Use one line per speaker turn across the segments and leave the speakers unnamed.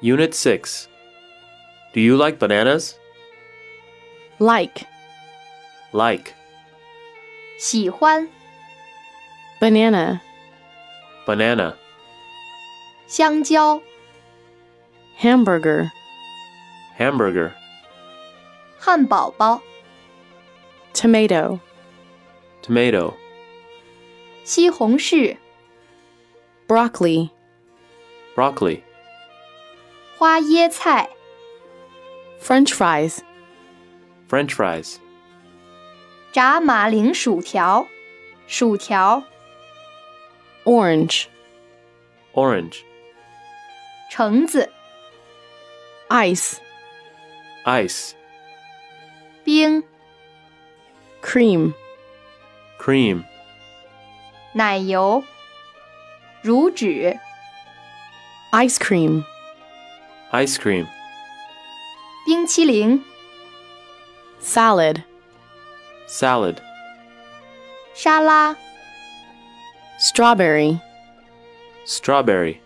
Unit 6. Do you like bananas?
like
Like.
喜欢、
banana,
Banana.
香蕉、
hamburger,
Hamburger.
汉堡包、
tomato,
Tomato.
西红柿、
broccoli,
Broccoli.
花椰菜、
french fries,
French fries.
炸马铃薯条、薯条、
orange,
Orange.
橙子、
ice,
Ice.
冰、
cream,
Cream.
奶油、乳脂、
ice cream,
Ice cream.
冰淇淋、
salad,
Salad.
沙拉、
strawberry,
Strawberry.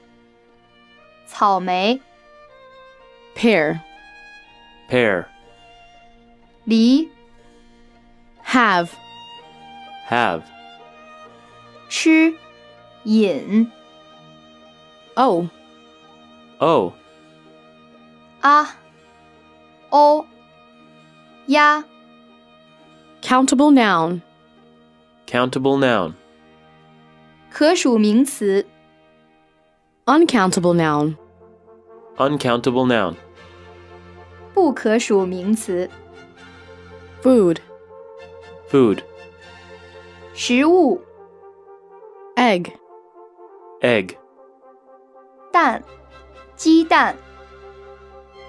草莓、
pear,
Pear.
梨、
have,
Have.
吃、饮、
oh,
Oh.
啊、哦、呀、
countable noun,
Countable noun.
可数名词、
uncountable noun,
Uncountable noun.
不可数名词、
food,
Food.
食物、
egg,
Egg.
蛋、鸡蛋、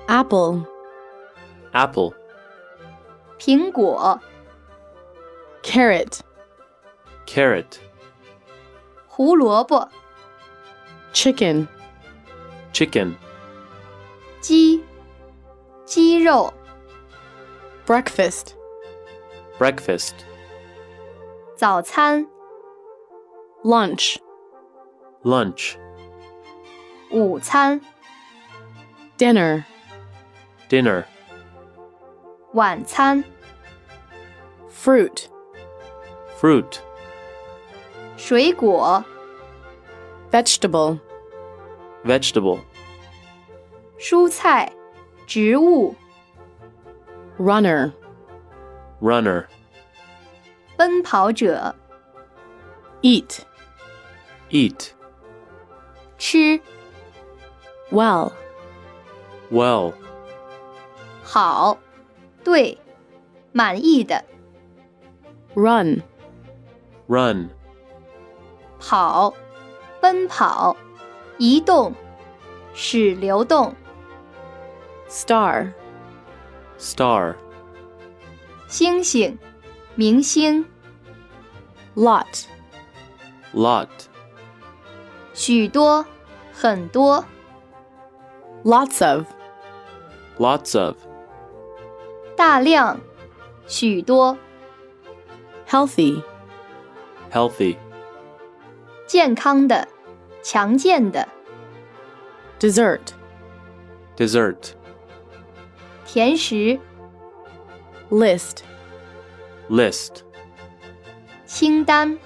apple,
Apple.
苹果、
carrot,
Carrot.
胡萝卜、
chicken,
Chicken.
鸡、鸡肉、
breakfast,
Breakfast.
早餐、
lunch,
Lunch.
午餐、
dinner,
Dinner.
晚餐、
fruit,
Fruit.
水果、
vegetable,
Vegetable.
蔬菜、植物、
runner,
Runner.
奔跑者、
eat,
Eat.
吃、
well,
Well.
好、对、满意的、
run,
Run.
跑、奔跑、移动、使流动、
star,
Star.
星星、明星、
lot,
Lot.
许多、很多、
lots of,
Lots of.
大量、许多、
healthy,
Healthy.
健康的、强健的、
dessert,
Dessert.
甜食、
list,
List.
清单。